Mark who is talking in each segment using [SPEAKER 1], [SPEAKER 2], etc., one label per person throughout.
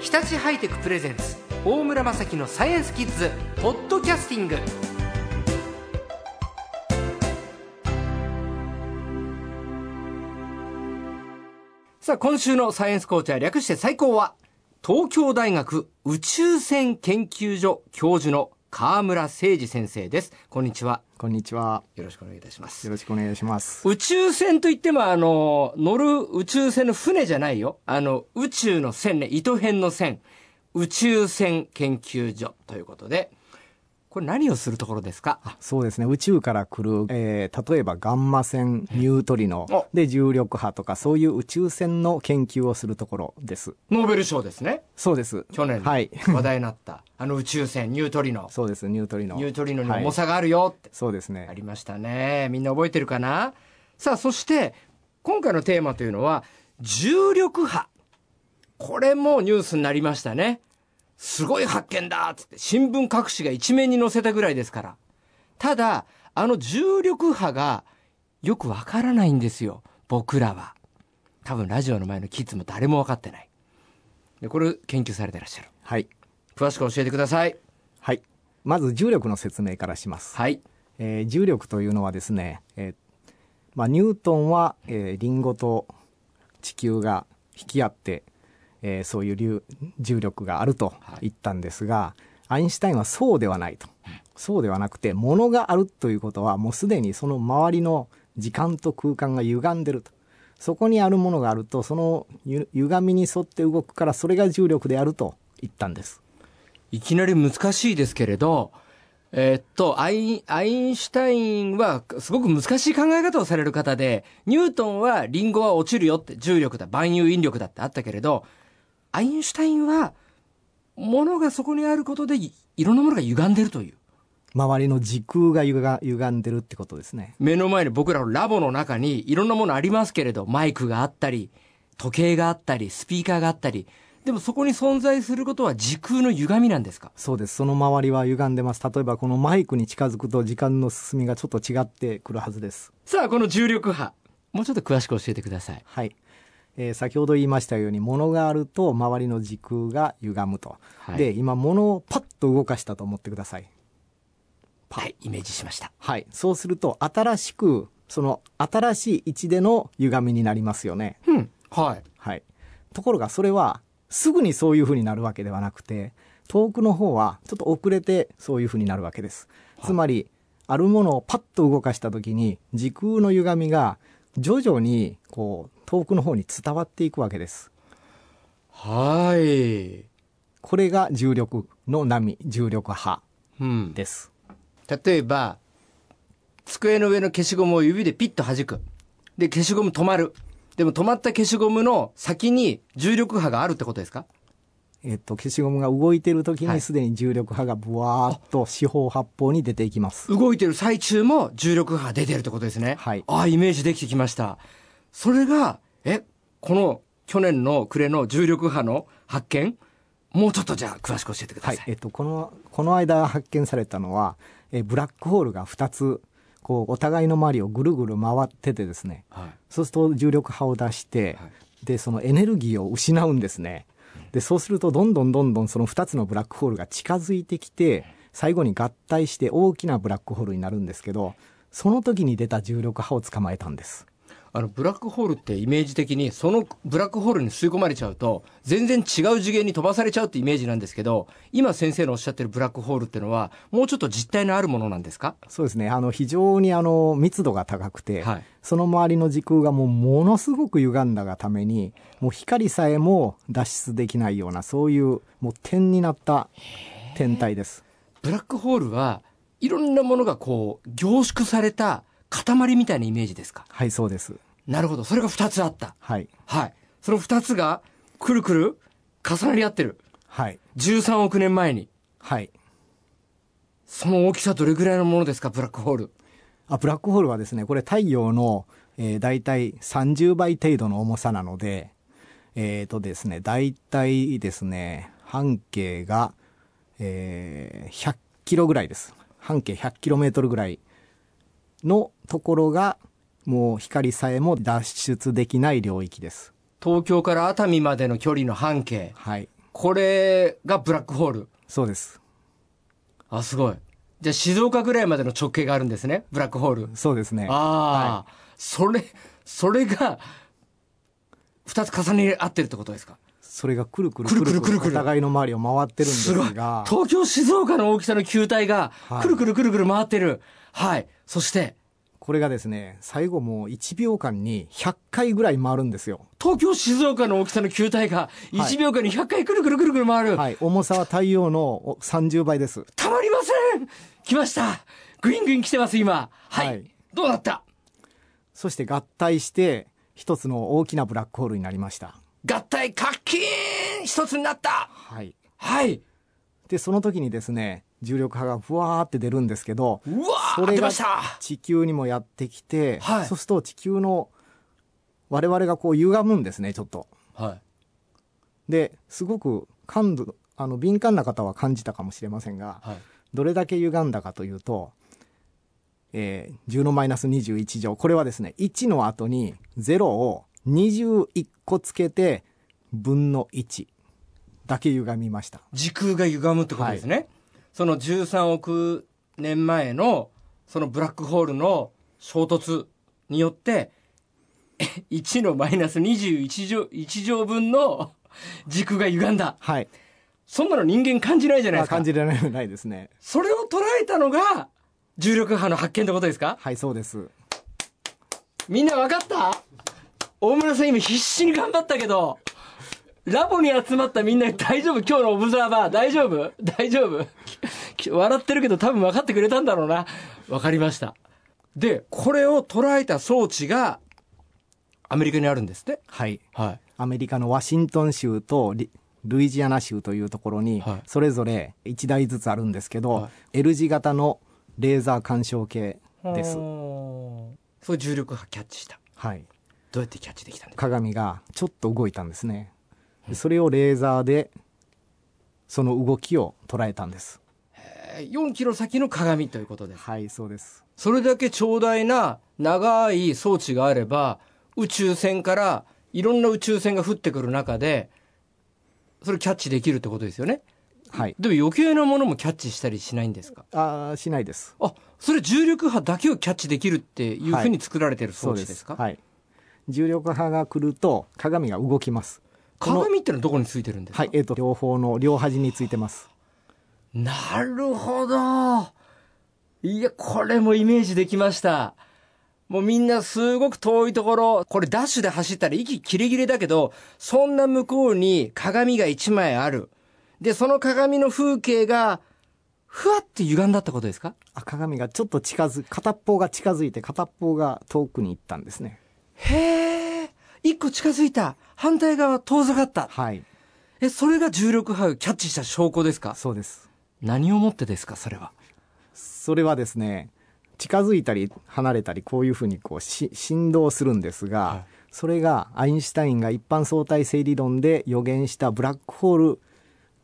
[SPEAKER 1] 日立ハイテクプレゼンツ大村雅樹のサイエンスキッズポッドキャスティングさあ今週のサイエンスコーチャー略して最高は東京大学宇宙船研究所教授の川村誠二先生ですこんにちは
[SPEAKER 2] こんにちは。
[SPEAKER 1] よろしくお願いいたします
[SPEAKER 2] よろしくお願いします。
[SPEAKER 1] 宇宙船といっても、あの、乗る宇宙船の船じゃないよ。あの、宇宙の線ね、糸編の線。宇宙船研究所ということで、これ何をするところですか
[SPEAKER 2] そうですね。宇宙から来る、えー例えばガンマ線、ニュートリノ
[SPEAKER 1] お、
[SPEAKER 2] で重力波とか、そういう宇宙船の研究をするところです。
[SPEAKER 1] ノーベル賞ですね。
[SPEAKER 2] そうです。
[SPEAKER 1] 去年
[SPEAKER 2] はい。
[SPEAKER 1] 話題になった、あの宇宙船、ニュートリノ。
[SPEAKER 2] そうです、ニュートリノ。
[SPEAKER 1] ニュートリノに
[SPEAKER 2] はい
[SPEAKER 1] 重さがあるよって
[SPEAKER 2] そうです
[SPEAKER 1] あ
[SPEAKER 2] ね。
[SPEAKER 1] りましたね。みんな覚えてるかなさあ、そして、今回のテーマというのは、重力波。これもニュースになりましたね。すごい発見だっつって、新聞各紙が一面に載せたぐらいですから。ただ、あの重力波がよくわからないんですよ。僕らは。多分ラジオの前のキッズも誰もわかってない。で、これ研究されてらっしゃる。
[SPEAKER 2] はい。
[SPEAKER 1] 詳しく教えてください。
[SPEAKER 2] はい。まず重力の説明からします。
[SPEAKER 1] はい。
[SPEAKER 2] えー重力というのはですね、えーまあ、ニュートンは、えーリンゴと地球が引き合って、えーそういう流重力があると言ったんですが、アインシュタインはそうではないと。そうではなくて、物があるということは、もうすでにその周りの時間と空間が歪んでると。そこにあるものがあると、そのゆ歪みに沿って動くから、それが重力であると言ったんです。
[SPEAKER 1] いきなり難しいですけれど、えーっと、アイン、アインシュタインはすごく難しい考え方をされる方で、ニュートンはリンゴは落ちるよって重力だ、万有引力だってあったけれど、アインシュタインは、ものがそこにあることでいいろんなものが歪んでるという。
[SPEAKER 2] 周りの時空が歪が歪んでるってことですね。
[SPEAKER 1] 目の前に僕らのラボの中にいろんなものありますけれど、マイクがあったり、時計があったり、スピーカーがあったり、でもそこに存在することは時空の歪みなんですか
[SPEAKER 2] そうです。その周りは歪んでます。例えばこのマイクに近づくと時間の進みがちょっと違ってくるはずです。
[SPEAKER 1] さあ、この重力波。もうちょっと詳しく教えてください。
[SPEAKER 2] はい。えー先ほど言いましたように、物があると周りの時空が歪むと。
[SPEAKER 1] はい
[SPEAKER 2] で、今物をパッと動かしたと思ってください。
[SPEAKER 1] はい、イメージしました。
[SPEAKER 2] はい。そうすると、新しく、その新しい位置での歪みになりますよね。
[SPEAKER 1] うん。はい。
[SPEAKER 2] はい。ところがそれは、すぐにそういう風になるわけではなくて、遠くの方はちょっと遅れてそういう風になるわけです。つまり、あるものをパッと動かした時に、時空の歪みが徐々に、こう、遠くの方に伝わっていくわけです。
[SPEAKER 1] はい。
[SPEAKER 2] これが重力の波、重力波
[SPEAKER 1] うん。
[SPEAKER 2] です。
[SPEAKER 1] 例えば、机の上の消しゴムを指でピッと弾く。で、消しゴム止まる。でも止まった消しゴムの先に重力波があるってことですか
[SPEAKER 2] えっと、消しゴムが動いてる時
[SPEAKER 1] は
[SPEAKER 2] に
[SPEAKER 1] い
[SPEAKER 2] すでに重力波がブワーっと四方八方に出ていきます。
[SPEAKER 1] 動いてる最中も重力波が出てるってことですね。
[SPEAKER 2] はい
[SPEAKER 1] ああ、イメージできてきました。それが、え、この去年の暮れの重力波の発見もうちょっとじゃあ詳しく教えてくだ
[SPEAKER 2] は
[SPEAKER 1] さ
[SPEAKER 2] い
[SPEAKER 1] い。、
[SPEAKER 2] えっと、この、この間発見されたのは、えーブラックホールが2つ、こう、お互いの周りをぐるぐる回っててですね、
[SPEAKER 1] はい。
[SPEAKER 2] そうすると重力波を出して、
[SPEAKER 1] はい
[SPEAKER 2] で、そのエネルギーを失うんですね。で、そうすると、どんどんどんどんその2つのブラックホールが近づいてきて、最後に合体して大きなブラックホールになるんですけど、その時に出た重力波を捕まえたんです。
[SPEAKER 1] あの、ブラックホールってイメージ的に、そのブラックホールに吸い込まれちゃうと、全然違う次元に飛ばされちゃうってイメージなんですけど、今先生のおっしゃってるブラックホールってのは、もうちょっと実体のあるものなんですか
[SPEAKER 2] そうですね。あの、非常にあの、密度が高くて、
[SPEAKER 1] はい
[SPEAKER 2] その周りの時空がもうものすごく歪んだがために、もう光さえも脱出できないような、そういう、もう点になった天体です。
[SPEAKER 1] ブラックホールはいろんなものがこう、凝縮された塊みたいなイメージですか
[SPEAKER 2] はい、そうです。
[SPEAKER 1] なるほど。それが2つあった。
[SPEAKER 2] はい。
[SPEAKER 1] はい。その2つが、くるくる、重なり合ってる。
[SPEAKER 2] はい。
[SPEAKER 1] 13億年前に。
[SPEAKER 2] はい。
[SPEAKER 1] その大きさどれぐらいのものですか、ブラックホール。
[SPEAKER 2] あ、ブラックホールはですね、これ太陽の、えー、大体30倍程度の重さなので、えーとですね、大体ですね、半径が、えー100キロぐらいです。半径100キロメートルぐらいのところが、もう光さえも脱出できない領域です。
[SPEAKER 1] 東京から熱海までの距離の半径。
[SPEAKER 2] はい。
[SPEAKER 1] これがブラックホール。
[SPEAKER 2] そうです。
[SPEAKER 1] あ、すごい。じゃあ静岡ぐらいまでの直径があるんですね、ブラックホール。
[SPEAKER 2] そうですね。
[SPEAKER 1] ああ、それ、それが、二つ重ね合ってるってことですか
[SPEAKER 2] それがくるくる
[SPEAKER 1] く
[SPEAKER 2] く
[SPEAKER 1] る
[SPEAKER 2] る
[SPEAKER 1] く
[SPEAKER 2] く
[SPEAKER 1] る
[SPEAKER 2] る
[SPEAKER 1] くるくる
[SPEAKER 2] お互いの周りを回ってるんです
[SPEAKER 1] すごい。
[SPEAKER 2] が、
[SPEAKER 1] 東京、静岡の大きさの球体が、
[SPEAKER 2] はい
[SPEAKER 1] くるくるくるくる回ってる。はい。そして、
[SPEAKER 2] これがですね、最後もう1秒間に100回ぐらい回るんですよ。
[SPEAKER 1] 東京、静岡の大きさの球体が、
[SPEAKER 2] はい
[SPEAKER 1] 1秒間に100回くるくるくるくる回る。
[SPEAKER 2] はい。重さは太陽のお30倍です。
[SPEAKER 1] たまりません来ましたグイングイン来てます、今。はい。
[SPEAKER 2] はい
[SPEAKER 1] どうだった
[SPEAKER 2] そして合体して、一つの大きなブラックホールになりました。
[SPEAKER 1] 合体、カッキーン一つになった
[SPEAKER 2] はい。
[SPEAKER 1] はい。
[SPEAKER 2] で、その時にですね、重力波がふわーって出るんですけど、
[SPEAKER 1] うわー
[SPEAKER 2] そ
[SPEAKER 1] 当
[SPEAKER 2] れ
[SPEAKER 1] て
[SPEAKER 2] が
[SPEAKER 1] ました
[SPEAKER 2] 地球にもやってきて、
[SPEAKER 1] はい
[SPEAKER 2] そうすると地球の我々がこう歪むんですね、ちょっと。
[SPEAKER 1] はい。
[SPEAKER 2] で、すごく感度、あの、敏感な方は感じたかもしれませんが、
[SPEAKER 1] はい。
[SPEAKER 2] どれだけ歪んだかというと、えー10のマイナス21乗。これはですね、1の後に0を21個つけて、分の1だけ歪みました。
[SPEAKER 1] 時空が歪むってことですね、その13億年前のそのブラックホールの衝突によって え1のマイナス21乗1乗分の 時空が歪んだ
[SPEAKER 2] はい。
[SPEAKER 1] そんなの人間感じないじゃないで
[SPEAKER 2] まあ
[SPEAKER 1] すか
[SPEAKER 2] 感じられないですね。
[SPEAKER 1] それを捉えたのが重力波の発見ってことですか
[SPEAKER 2] はい、そうです。
[SPEAKER 1] みんな分かった大村さん今必死に頑張ったけどラボに集まったみんな大丈夫今日のオブザーバー大丈夫大丈夫き笑ってるけど多分分かってくれたんだろうな。分かりました。で、これを捉えた装置がアメリカにあるんですって。
[SPEAKER 2] はい。
[SPEAKER 1] はい。
[SPEAKER 2] アメリカのワシントン州とリルイジアナ州というところに
[SPEAKER 1] はい、
[SPEAKER 2] それぞれ1台ずつあるんですけど、
[SPEAKER 1] は
[SPEAKER 2] L 字型のレーザー干渉計です。
[SPEAKER 1] そういう重力波キャッチした。
[SPEAKER 2] はい。
[SPEAKER 1] どうやってキャッチできたんだ
[SPEAKER 2] 鏡がちょっと動いたんですね。でそれをレーザーで、その動きを捉えたんです。
[SPEAKER 1] えー ?4 キロ先の鏡ということです。
[SPEAKER 2] はい、そうです。
[SPEAKER 1] それだけ長大な長い装置があれば、宇宙船からいろんな宇宙船が降ってくる中で、それキャッチできるってことですよね。
[SPEAKER 2] はい。
[SPEAKER 1] でも余計なものもキャッチしたりしないんですか
[SPEAKER 2] あーしないです。
[SPEAKER 1] あ、それ重力波だけをキャッチできるっていうふうに作られてる装
[SPEAKER 2] そう
[SPEAKER 1] 置
[SPEAKER 2] で
[SPEAKER 1] です
[SPEAKER 2] す。
[SPEAKER 1] か
[SPEAKER 2] はい。重力波が来ると鏡が動きます。
[SPEAKER 1] 鏡ってのはどこについてるんですか
[SPEAKER 2] はい、えっ、と、両方の両端についてます。
[SPEAKER 1] なるほど。いや、これもイメージできました。もうみんなすごく遠いところ、これダッシュで走ったら息切れ切れだけど、そんな向こうに鏡が一枚ある。で、その鏡の風景が、ふわって歪んだってことですか
[SPEAKER 2] あ鏡がちょっと近づ、片っぽが近づいて片っぽが遠くに行ったんですね。
[SPEAKER 1] へえ、一個近づいた。反対側遠ざかった。
[SPEAKER 2] はい。
[SPEAKER 1] え、それが重力波をキャッチした証拠ですか
[SPEAKER 2] そうです。
[SPEAKER 1] 何をもってですかそれは。
[SPEAKER 2] それはですね、近づいたり離れたりこういうふうにこうし振動するんですが、
[SPEAKER 1] はい
[SPEAKER 2] それがアインシュタインが一般相対性理論で予言したブラックホール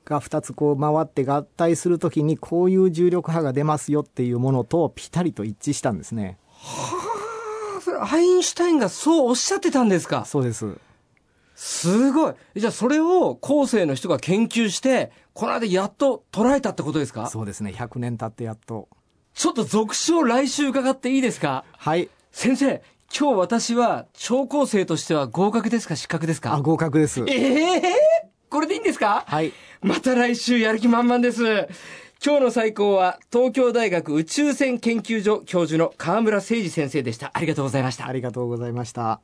[SPEAKER 2] が2つこう回って合体するときにこういう重力波が出ますよっていうものとピタリと一致したんですね。
[SPEAKER 1] あそれアインシュタインがそうおっしゃってたんですか
[SPEAKER 2] そうです。
[SPEAKER 1] すごい。じゃあそれを後世の人が研究して、この間やっと捉えたってことですか
[SPEAKER 2] そうですね。100年経ってやっと。
[SPEAKER 1] ちょっと続賞来週伺っていいですか
[SPEAKER 2] はい。
[SPEAKER 1] 先生、今日私は超高生としては合格ですか失格です
[SPEAKER 2] あ、
[SPEAKER 1] か
[SPEAKER 2] 合格です。
[SPEAKER 1] ええこれでいいんですか
[SPEAKER 2] はい。
[SPEAKER 1] また来週やる気満々です。今日の最高は東京大学宇宙船研究所教授の河村誠二先生でした。ありがとうございました
[SPEAKER 2] あ。りがとうございました。